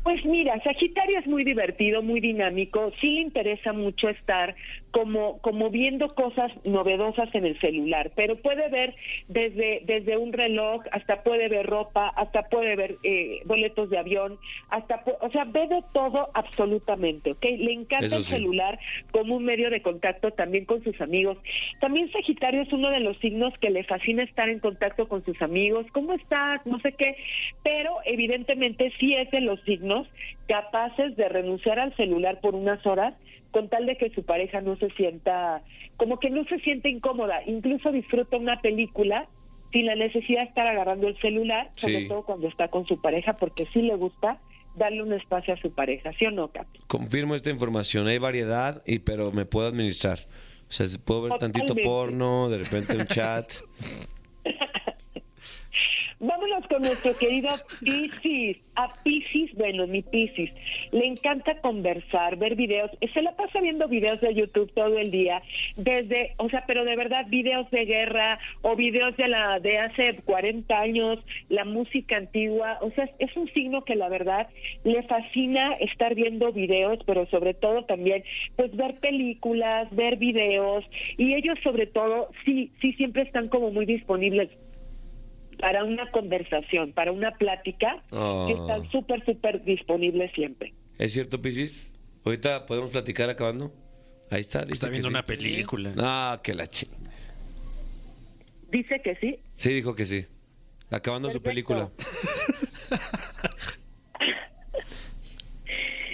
Pues mira, Sagitario es muy divertido, muy dinámico, sí le interesa mucho estar como, como viendo cosas novedosas en el celular, pero puede ver desde, desde un reloj, hasta puede ver ropa, hasta puede ver eh, boletos de avión, hasta, pu- o sea, ve de todo absolutamente, ¿ok? Le encanta Eso el sí. celular como un medio de contacto también con sus amigos. También Sagitario es uno de los signos que le fascina estar en contacto con sus amigos, ¿cómo estás? No sé qué, pero evidentemente sí es de los signos capaces de renunciar al celular por unas horas con tal de que su pareja no se sienta, como que no se sienta incómoda, incluso disfruta una película sin la necesidad de estar agarrando el celular, sobre Sí. todo cuando está con su pareja, porque sí le gusta darle un espacio a su pareja, ¿sí o no, Capi? Confirmo esta información. Hay variedad, y pero me puedo administrar. O sea, puedo ver tantito Totalmente. porno, de repente un chat. Vámonos con nuestro querido Piscis. A Piscis, bueno, mi Piscis, le encanta conversar, ver videos. Se la pasa viendo videos de YouTube todo el día, desde, o sea, pero de verdad, videos de guerra o videos de la de hace 40 años, la música antigua. O sea, es un signo que la verdad le fascina estar viendo videos, pero sobre todo también, pues ver películas, ver videos. Y ellos, sobre todo, sí, sí, siempre están como muy disponibles para una conversación, para una plática, Oh. que están súper, súper disponibles siempre. ¿Es cierto, Piscis? Ahorita podemos platicar acabando. Ahí está. Dice Está que viendo sí. una película. Ah, que la ching. Dice que sí. Sí, dijo que sí. Acabando su Perfecto. película.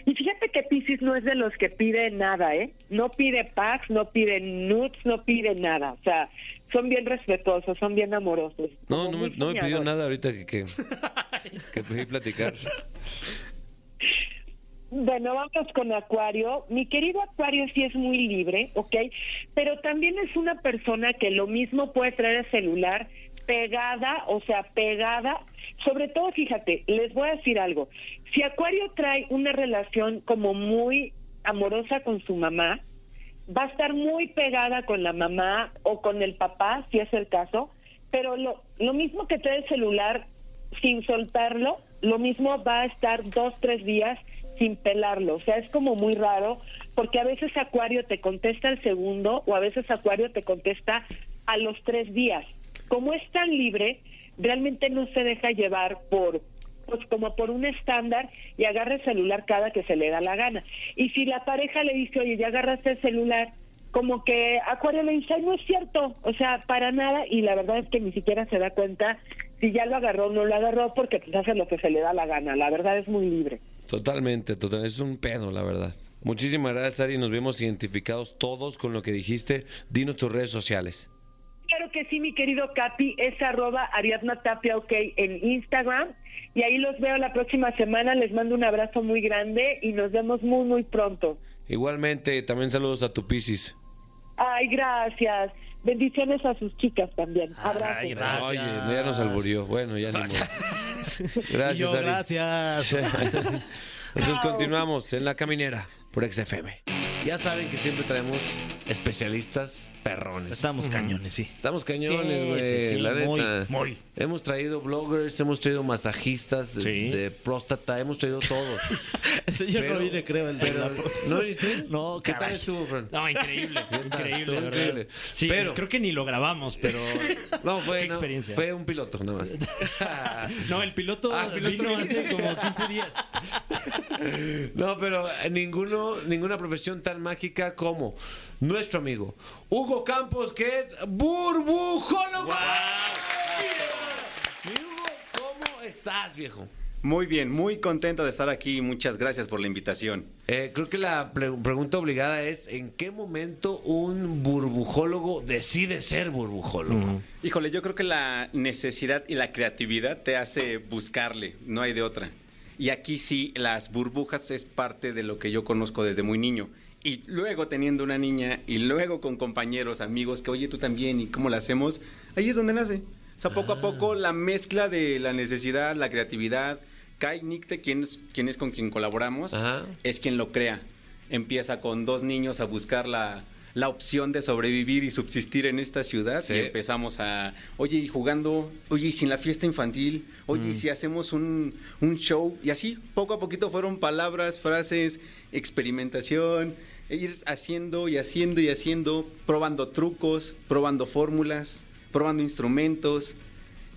Y fíjate que Pisces no es de los que pide nada, ¿eh? No pide packs, no pide nudes, no pide nada. O sea, son bien respetuosos, son bien amorosos. No, como no me, muy no me pidió soñadores. nada ahorita que, que, que pedí platicar. Bueno, vamos pues, con Acuario. Mi querido Acuario sí es muy libre, ¿ok? Pero también es una persona que lo mismo puede traer el celular pegada, o sea, pegada. Sobre todo, fíjate, les voy a decir algo. Si Acuario trae una relación como muy amorosa con su mamá, va a estar muy pegada con la mamá o con el papá, si es el caso, pero lo, lo mismo que trae el celular sin soltarlo, lo mismo va a estar dos, tres días sin pelarlo. O sea, es como muy raro, porque a veces Acuario te contesta al segundo o a veces Acuario te contesta a los tres días. Como es tan libre, realmente no se deja llevar por pues como por un estándar y agarra el celular cada que se le da la gana. Y si la pareja le dice, oye, ya agarraste el celular, como que Acuario le dice, "Ay, no es cierto, o sea, para nada, y la verdad es que ni siquiera se da cuenta si ya lo agarró o no lo agarró, porque pues hace lo que se le da la gana, la verdad es muy libre. Totalmente, total. Es un pedo, la verdad. Muchísimas gracias, Ari. Nos vemos identificados todos con lo que dijiste. Dinos tus redes sociales. Claro que sí, mi querido Capi, es arroba Ariadna Tapia OK en Instagram. Y ahí los veo la próxima semana, les mando un abrazo muy grande y nos vemos muy, muy pronto. Igualmente, también saludos a tu Piscis. Ay, gracias. Bendiciones a sus chicas también. Abrazos. Ay, gracias. Oye, ya nos alburió. Bueno, ya ni modo. Gracias, Y yo, Ari. gracias. Nosotros continuamos en La Caminera por XFM. Ya saben que siempre traemos especialistas perrones. Estamos cañones, sí. Estamos cañones, güey. Sí, sí, sí, la muy, neta. muy. Hemos traído bloggers, hemos traído masajistas de, Sí. de próstata, hemos traído todo. Ese yo Pero- no vine, creo, el de pero- la ¿No viniste? No, ¿Qué tal caray. estuvo, Fran? No, increíble, increíble, Estuvo de verdad. increíble. Sí, Pero- creo que ni lo grabamos, pero No, fue, qué no, experiencia. fue un piloto, nada más. No, el piloto, Ah, el piloto vino vino. hace como 15 días. No, pero eh, ninguno, ninguna profesión tan mágica como nuestro amigo Hugo Campos, que es burbujólogo. Mi Hugo, ¿cómo estás, viejo? Muy bien, muy contento de estar aquí. Muchas gracias por la invitación. Eh, creo que la pre- pregunta obligada es, ¿en qué momento un burbujólogo decide ser burbujólogo? Híjole, yo creo que la necesidad y la creatividad te hace buscarle, no hay de otra. Y aquí sí, las burbujas es parte de lo que yo conozco desde muy niño. Y luego teniendo una niña y luego con compañeros, amigos, que oye tú también y cómo la hacemos, ahí es donde nace. O sea, poco a poco la mezcla de la necesidad, la creatividad, Kai Nicte, quien es, quien es con quien colaboramos, Ajá. es quien lo crea. Empieza con dos niños a buscar la, la opción de sobrevivir y subsistir en esta ciudad Sí. y empezamos a, oye, y jugando, oye, y sin la fiesta infantil, oye, y si hacemos un, un show, y así, poco a poquito fueron palabras, frases, experimentación, e ir haciendo y haciendo y haciendo, probando trucos, probando fórmulas, probando instrumentos,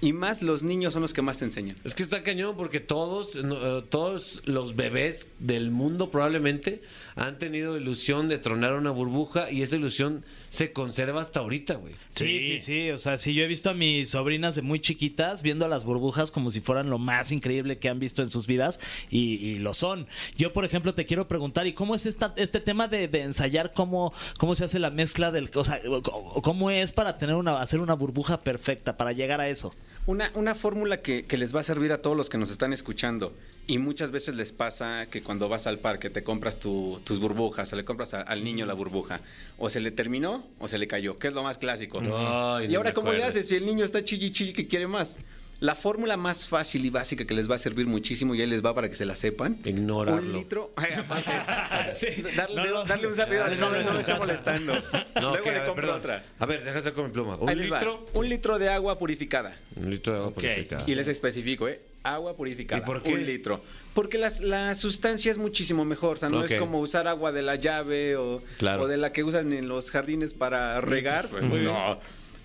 y más los niños son los que más te enseñan. Es que está cañón porque todos, no, eh, todos los bebés del mundo probablemente han tenido ilusión de tronar una burbuja y esa ilusión se conserva hasta ahorita, güey. Sí, sí, sí. O sea, sí, yo he visto a mis sobrinas de muy chiquitas viendo las burbujas como si fueran lo más increíble que han visto en sus vidas y, y lo son. Yo, por ejemplo, te quiero preguntar, ¿y cómo es esta, este tema de, de ensayar cómo, cómo se hace la mezcla del... O sea, cómo- cómo es para tener una, hacer una burbuja perfecta, para llegar a eso? Una, una fórmula que, que les va a servir a todos los que nos están escuchando. Y muchas veces les pasa que cuando vas al parque te compras tu- tus burbujas, o le compras a- al niño la burbuja. O se le terminó o se le cayó, que es lo más clásico. Mm. Ay, y no ahora, me ¿cómo le acuerdes. haces si el niño está chilli chilli que quiere más? La fórmula más fácil y básica que les va a servir muchísimo y ahí les va para que se la sepan. Ignorarlo. Un litro. Sí. darle, No, no. darle un saludo al Déjalo niño, en no tu me está casa. molestando. Luego ok, a le ver, compro perdón. otra. A ver, deja sacar mi pluma. Un Ahí les va. litro. Un litro de agua purificada. Un litro de agua purificada. Y les especifico, ¿eh? Agua purificada. ¿Y por qué? Un litro. Porque las, la sustancia es muchísimo mejor. O sea, no Ok. es como usar agua de la llave o, Claro. o de la que usan en los jardines para regar. Pues, no.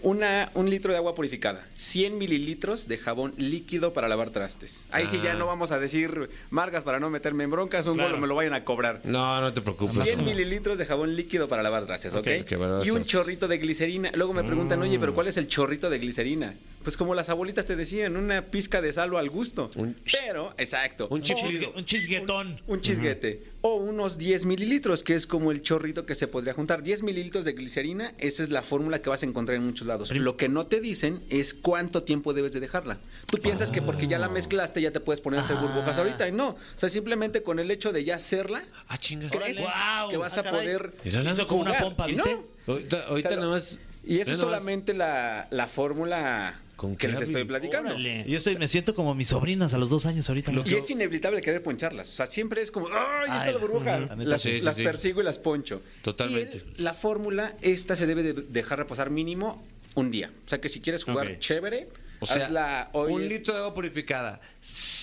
Una, un litro de agua purificada, 100 mililitros de jabón líquido para lavar trastes. Ahí sí ya Ah. no vamos a decir marcas para no meterme en broncas, un Claro. gol me lo vayan a cobrar. No, no te preocupes. 100 mililitros de jabón líquido para lavar trastes, ¿ok? Ok, que para lavar y un trastes. chorrito de glicerina. Luego me preguntan, oye, Mm. pero ¿cuál es el chorrito de glicerina? Pues como las abuelitas te decían, una pizca de sal o al gusto. Un pero, exacto. Un Chisgue- chiflido. un chisguetón. Un chisguete. O unos 10 mililitros, que es como el chorrito que se podría juntar. 10 mililitros de glicerina, esa es la fórmula que vas a encontrar en muchos lados. Lo que no te dicen es cuánto tiempo debes de dejarla. Tú piensas que porque ya la Ah. mezclaste ya te puedes poner a hacer burbujas ahorita. Y no. O sea, simplemente con el hecho de ya hacerla, Ah, chinga. crees Guau. que vas Ah, a caray. poder Mírala. Hizo como una jugar. pompa, Y ¿viste? no. Ahorita, ahorita Claro. nada más. Y eso ya es nada más. solamente la, la fórmula ¿Con que qué les estoy hábil? platicando. Órale. Yo estoy, me siento como mis sobrinas a los dos años ahorita. Y es inevitable querer poncharlas. O sea, siempre es como, ¡ay, esta Ay, la burbuja! ujú, la neta las sí. Sí, sí, las sí. persigo y las poncho. Totalmente. Y el- la fórmula, esta se debe de dejar reposar mínimo un día. O sea, que si quieres jugar Ok. chévere, O sea, hazla hoy. un litro de agua purificada,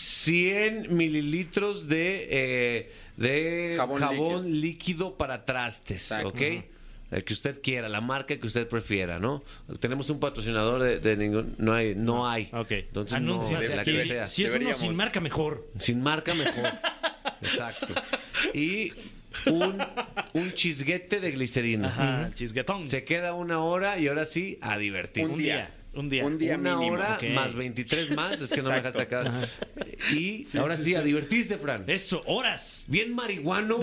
100 mililitros de, eh, de jabón, Jabón líquido. para trastes, Exacto. ¿ok? El que usted quiera, la marca que usted prefiera, ¿no? Tenemos un patrocinador de, de ningún... No hay, no hay. Ok. Entonces, Anúnciame no, de la aquí. que Si- sea. Si es uno Deberíamos. sin marca, mejor. Sin marca, mejor. Exacto. Y un, un chisguete de glicerina. Ajá, chisguetón. Se queda una hora y ahora sí, a divertirse. Un día. Un día. Un día una mínimo. hora ok. más 23 más, es que no me dejaste Exacto. acá. Y ahora sí, a divertirse, Fran. Eso, horas. Bien marihuano,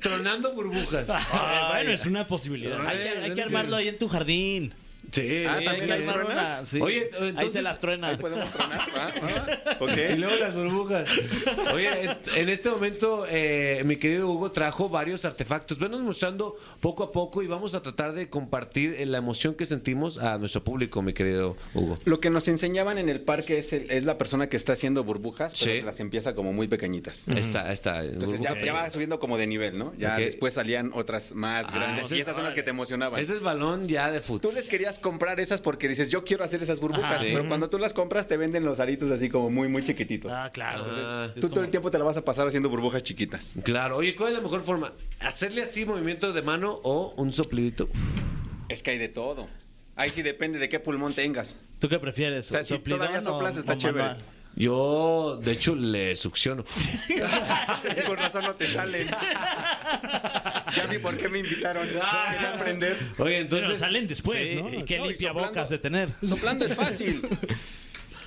tronando burbujas. Ah, bueno, es una posibilidad. Hay que, hay que armarlo ahí en tu jardín. Sí, Ah, sí, también sí. hay armaron truenas? la- sí. Oye, ahí entonces- se las truena. Ahí podemos tronar, ¿va? ¿Va? Y ¿Ok? luego las burbujas. Oye, en- en este momento, eh, mi querido Hugo trajo varios artefactos. Venos mostrando poco a poco y vamos a tratar de compartir eh, la emoción que sentimos a nuestro público, mi querido Hugo. Lo que nos enseñaban en el parque es, el- es la persona que está haciendo burbujas, pero Sí. que las empieza como muy pequeñitas. Ahí está, ahí está. Entonces ya, ya va subiendo como de nivel, ¿no? Ya Ok. Ah, después salían otras más grandes. ese Y esas son las que te emocionaban. Ese es balón ya de Tú fútbol. les querías comprar esas porque dices, yo quiero hacer esas burbujas. Ajá. Sí. Pero cuando tú las compras, te venden los aritos así como muy, muy chiquititos. Ah, claro. Ah. tú Es todo como- el tiempo te la vas a pasar haciendo burbujas chiquitas. Claro. Oye, ¿cuál es la mejor forma? ¿Hacerle así movimiento de mano o un soplidito? Es que hay de todo. Ahí sí depende de qué pulmón tengas. ¿Tú qué prefieres? O sea, si ¿Soplidón todavía soplas, está chévere. manual? Yo, de hecho, le succiono. Con razón no te salen. ya vi por qué me invitaron. Ya quería aprender. Oye, Pero entonces. salen después, Sí, ¿no? y qué No, y limpia soplando. bocas de tener. Soplando es fácil.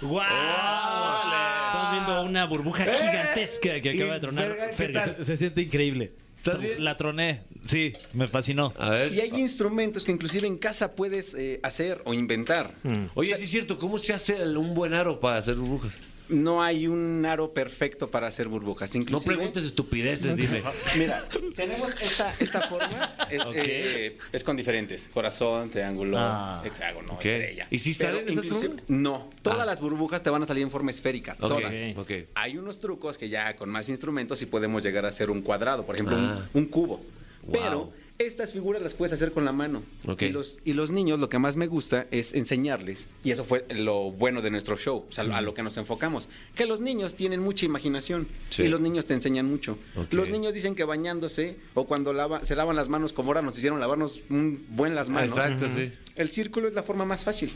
¡Guau! Estamos viendo una burbuja gigantesca que acaba de tronar Ferga, Eh. ¿qué Ferguson. Se, se siente increíble. ¿Estás bien? La troné. Sí, me fascinó. A ver. Y hay instrumentos que inclusive en casa puedes eh, hacer o inventar. Mm. Oye, sí es cierto, ¿cómo se hace el- un buen aro para hacer burbujas? No hay un aro perfecto para hacer burbujas. No Inclusive, preguntes estupideces, dime. Mira, tenemos esta, esta forma. Es, eh, es con diferentes. Corazón, triángulo, Ah. hexágono, Ok. estrella. ¿Y si Pero salen esas inclusive- formas? No. Todas Ah. las burbujas te van a salir en forma esférica. Ok, Todas. ok. Hay unos trucos que ya con más instrumentos sí podemos llegar a hacer un cuadrado. Por ejemplo, Ah. un, un cubo. Wow. Pero estas figuras las puedes hacer con la mano. Ok. Y, los, y los niños lo que más me gusta es enseñarles, y eso fue lo bueno de nuestro show, o sea, a lo que nos enfocamos, que los niños tienen mucha imaginación Sí. y los niños te enseñan mucho. Ok. Los niños dicen que bañándose o cuando lava- se lavan las manos, como ahora nos hicieron lavarnos un buen las manos, Exacto, sí. el círculo es la forma más fácil.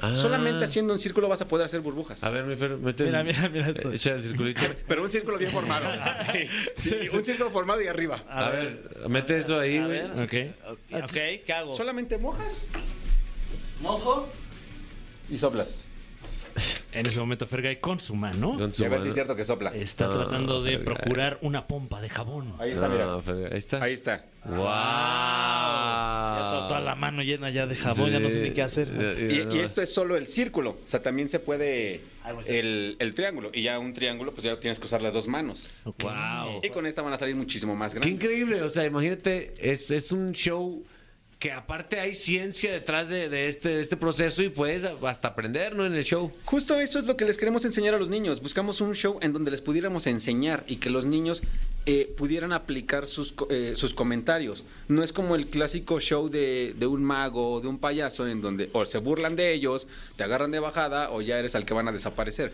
Ah. Solamente haciendo un círculo vas a poder hacer burbujas. A ver, mi Fer, mete el- Mira, mira, mira esto. eh, Echa el circulito. Pero un círculo bien formado. Sí, un círculo formado y arriba. A, ver, Ah, mete eso ahí, A güey. ver. Ok. Ok, ¿qué hago? Solamente mojas mojo. y soplas. En ese momento Fergay con su mano Con su Y a ver mano. si es cierto que sopla. está Ah, tratando de Fergay. procurar una pompa de jabón. Ahí está, No, mira. Fer, ahí está. Ahí está. ¡Wow! Ya to- toda la mano llena ya de jabón, ya no sé ni qué hacer. Y, y esto es solo el círculo. O sea, también se puede Ahí voy. el, el triángulo. Y ya un triángulo, pues ya tienes que usar las dos manos. Wow. Y con esta van a salir muchísimo más Qué grandes. increíble, o sea, imagínate, es, es un show que aparte hay ciencia detrás de, de este, de este proceso y puedes hasta aprender, ¿no? En el show. Justo eso es lo que les queremos enseñar a los niños. Buscamos un show en donde les pudiéramos enseñar y que los niños eh, pudieran aplicar sus, co- eh, sus comentarios. No es como el clásico show de, de un mago o de un payaso en donde o se burlan de ellos, te agarran de bajada o ya eres al que van a desaparecer.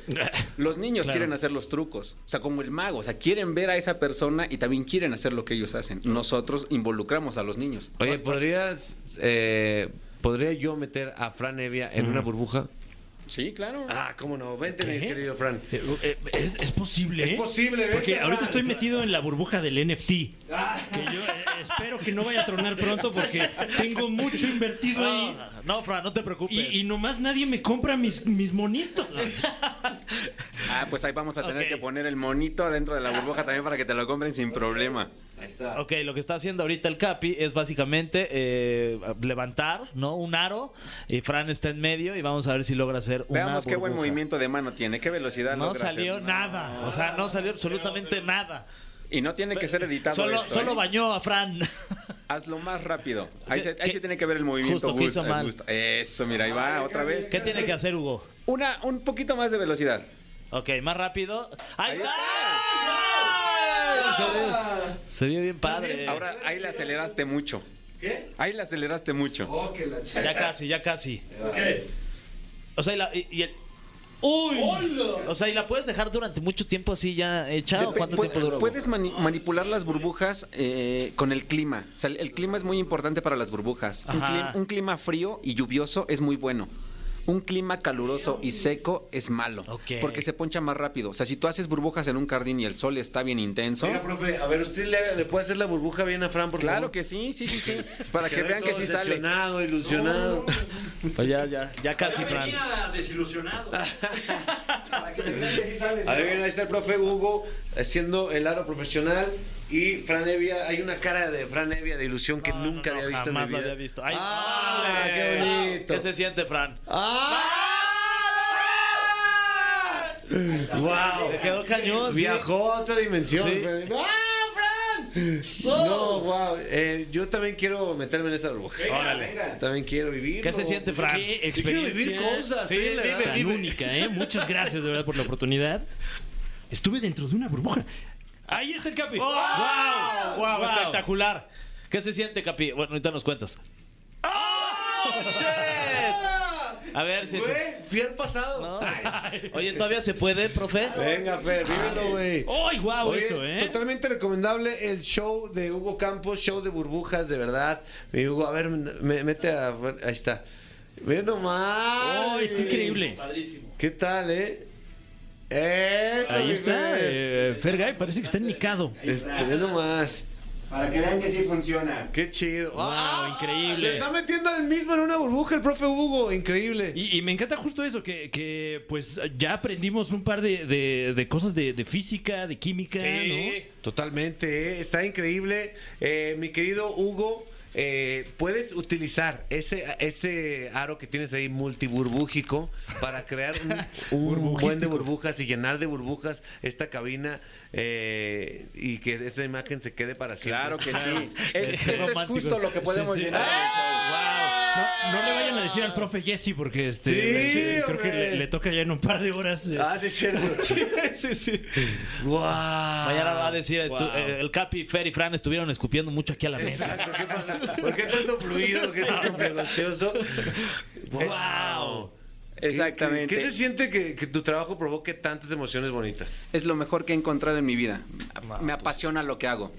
Los niños quieren hacer los trucos, o sea, como el mago, o sea, quieren ver a esa persona y también quieren hacer lo que ellos hacen. Nosotros involucramos a los niños. Oye, ¿podrías, eh, ¿podría yo meter a Fran Evia en una burbuja? Sí, claro. Ah, cómo no, vente, mi ¿Qué? querido Fran. Eh, eh, ¿Es, es posible. Es ¿eh? posible, vete, Porque ahorita Fran. estoy metido en la burbuja del NFT. Que yo eh, espero que no vaya a tronar pronto porque tengo mucho invertido ahí. No, no, Fran, no te preocupes. Y, y nomás nadie me compra mis, mis monitos. Ah, pues ahí vamos a tener Ok. que poner el monito dentro de Ah. la burbuja también para que te lo compren sin problema. Ok, lo que está haciendo ahorita el Capi es básicamente eh, levantar, ¿no? Un aro y Fran está en medio y vamos a ver si logra hacer una Veamos qué buen burbuja. movimiento de mano tiene, qué velocidad No logra salió hacer. nada, o sea, no salió absolutamente nada. Y no tiene que ser editado Solo, esto, solo ¿eh? bañó a Fran. Hazlo más rápido. Ahí, ¿Qué- se, ahí qué- se tiene que ver el movimiento. Justo que hizo Gus, eh, mal. Gus. Eso, mira, ahí va otra vez. ¿Qué tiene que hacer Hugo? Una, un poquito más de velocidad. Ok, más rápido. ¡Ahí, Ahí está! está. Se vio- Se vio bien padre. Ahora, ahí la aceleraste mucho. ¿Qué? Ahí la aceleraste mucho. Ya casi, ya casi. O sea, y, la, y- y el... ¡Uy! O sea, ¿y la puedes dejar durante mucho tiempo así ya hecha? ¿O Depe- cuánto pu- tiempo duró? Puedes mani- manipular las burbujas eh, con el clima. O sea, el clima es muy importante para las burbujas. Un Ajá. clima, un clima frío y lluvioso es muy bueno. Un clima caluroso y seco es malo. Ok. Porque se poncha más rápido. O sea, si tú haces burbujas en un jardín y el sol está bien intenso. Oiga, profe, a ver, ¿usted le, le puede hacer la burbuja bien a Fran, por Claro favor? que sí, sí, sí, sí. Para que Quedé vean que todo sí sale. decepcionado, ilusionado. Pues ya, ya, ya casi, Fran. desilusionado. A ver, ahí está el profe Hugo haciendo el aro profesional. Y Fran Evia, hay una cara de Fran Evia de ilusión que No, nunca no, había visto jamás en mi lo vida. había visto. Ay, ¡Ah, ¡ole! qué bonito! ¿Qué se siente, Fran? ¡Ah! ¡Wow! Me quedó cañón. sí. Viajó a otra dimensión. Sí. Fran. ¡Ah, Fran! No, wow. Eh, yo también quiero meterme en esa burbuja. Órale. También quiero vivir. ¿Qué se siente, Fran? Qué Yo quiero vivir experiencia cosas. Sí, estoy eh, en la vive, edad. tan única, ¿eh? Muchas gracias de verdad por la oportunidad. Estuve dentro de una burbuja. Ahí está el capi. Oh, ¡Wow! ¡Wow! ¡Wow! Espectacular. ¿Qué se siente, Capi? Bueno, ahorita nos cuentas. ¡Ah! A ver si se... Güey, fui al pasado. No. Oye, ¿todavía se puede, profe? Venga, Fer, vívelo, güey. ¡Ay, wow! Oye, eso, ¿eh? Totalmente recomendable el show de Hugo Campos, show de burbujas, de verdad. Mi Hugo, a ver, me- mete a. Ahí está. Ve nomás. ¡Oh, está increíble! ¿Qué tal, eh? Eso, Ahí mi está. Fer. Eh, Fergay parece que está enmicado. Este, ve nomás. Para que vean que sí funciona. Qué chido. ¡Ah! increíble. Se está metiendo el mismo en una burbuja el profe Hugo. Increíble. Y, y me encanta justo eso, que, que, pues ya aprendimos un par de, de- de cosas de, de física, de química, Sí, totalmente, ¿eh? está increíble. Eh, mi querido Hugo, eh, puedes utilizar ese, ese aro que tienes ahí multiburbújico para crear un, un buen de burbujas y llenar de burbujas esta cabina eh, y que esa imagen se quede para siempre. Claro que sí. ¿no? Es- Esto es Romántico. justo lo que podemos Sí, sí. llenar. ¡Ah! No, no le vayan a decir al profe Jesse porque este Sí, sí, creo hombre. que le, le toca ya en un par de horas. eh. Ah, sí, es cierto. sí, sí, sí. ¡Wow! Mañana va a decir, estu- wow. eh, el Capi, Fer y Fran estuvieron escupiendo mucho aquí a la mesa. Exacto, ¿qué pasa? ¿Por qué tanto fluido? ¿Por qué tanto pegostioso? ¡Wow! Exactamente. ¿Qué se siente que, que tu trabajo provoque tantas emociones bonitas? Es lo mejor que he encontrado en mi vida. me apasiona lo que hago.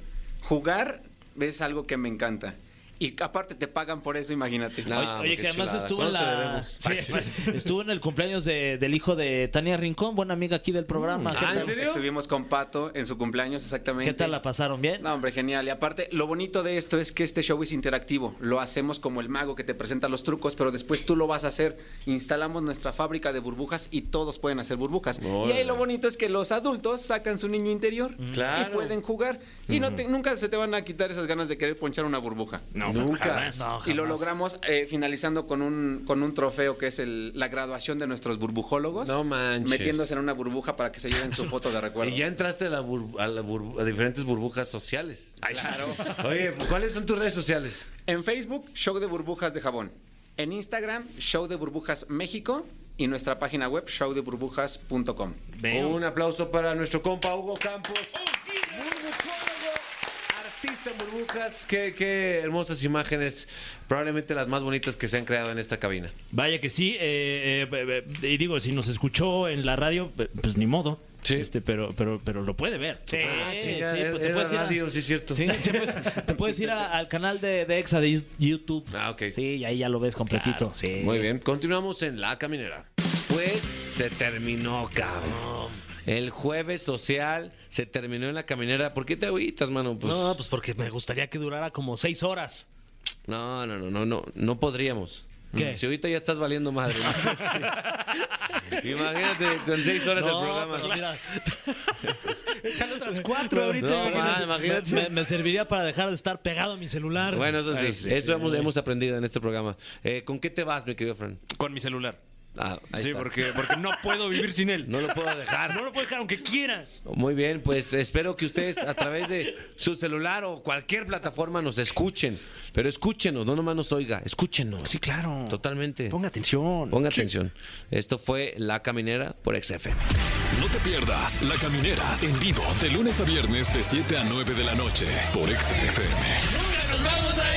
Jugar es algo que me encanta. Y aparte te pagan por eso, imagínate. Oye, Ah, oye, qué que además chulada. estuvo en ¿Cuándo te la... debemos? Sí, pues, estuvo en el cumpleaños de- del hijo de Tania Rincón, buena amiga aquí del programa. ¿Qué, ah, ¿en tal, serio? Estuvimos con Pato en su cumpleaños, exactamente. qué tal la pasaron? ¿Bien? No, hombre, genial. Y aparte, lo bonito de esto es que este show es interactivo. Lo hacemos como el mago que te presenta los trucos, pero después tú lo vas a hacer. Instalamos nuestra fábrica de burbujas y todos pueden hacer burbujas. Y Órale. ahí lo bonito es que los adultos sacan su niño interior Claro. y pueden jugar. Y no te- nunca se te van a quitar esas ganas de querer ponchar una burbuja. No, Nunca. jamás. No, Y lo jamás. logramos eh, finalizando con un, con un trofeo que es el- la graduación de nuestros burbujólogos. No manches. Metiéndose en una burbuja para que se lleven su foto de recuerdo. Y ya entraste a, la bur- a la bur- a diferentes burbujas sociales. claro. Oye, ¿cuáles son tus redes sociales? En Facebook, Show de Burbujas de Jabón. En Instagram, Show de Burbujas México. Y nuestra página web, showdeburbujas.com. Un aplauso para nuestro compa Hugo Campos. Burbujólogo, Artista en burbujas, qué, qué hermosas imágenes, probablemente las más bonitas que se han creado en esta cabina. Vaya que sí, eh, eh, eh, y digo, si nos escuchó en la radio, eh, pues ni modo. Sí. Este, pero, pero, pero lo puede ver. Ah, Eh, chinga, sí, era- pues te era puedes ir a- radio, sí, es cierto. Sí, te puedes, te puedes ir a- al canal de, de Exa de Yu- YouTube. Ah, ok. Sí, y ahí ya lo ves completito. Sí. Muy bien, continuamos en La Caminera. Pues se terminó, cabrón. El jueves social se terminó en La Caminera. ¿Por qué te agüitas, mano? Pues, No, no, pues porque me gustaría que durara como seis horas. no, no, no, no, no podríamos. ¿Qué? Si ahorita ya estás valiendo madre. Imagínate con seis horas No, pues, el programa. pero mira, Otras cuatro ahorita. No, man, imagínate. me, me serviría para dejar de estar pegado a mi celular. Bueno, eso sí, eso hemos, hemos aprendido en este programa. Eh, ¿Con qué te vas, mi querido Fran? Con mi celular. Ah, ahí sí, está. porque, porque no puedo vivir sin él. No lo puedo dejar. No lo puedo dejar aunque quiera. Muy bien, pues espero que ustedes a través de su celular o cualquier plataforma nos escuchen. Pero escúchenos, no nomás nos oiga, escúchenos. Sí, claro. Totalmente. Ponga atención. Ponga atención. Esto fue La Caminera por XFM. No te pierdas La Caminera en vivo de lunes a viernes de 7 a 9 de la noche por XFM. ¡Nos vamos a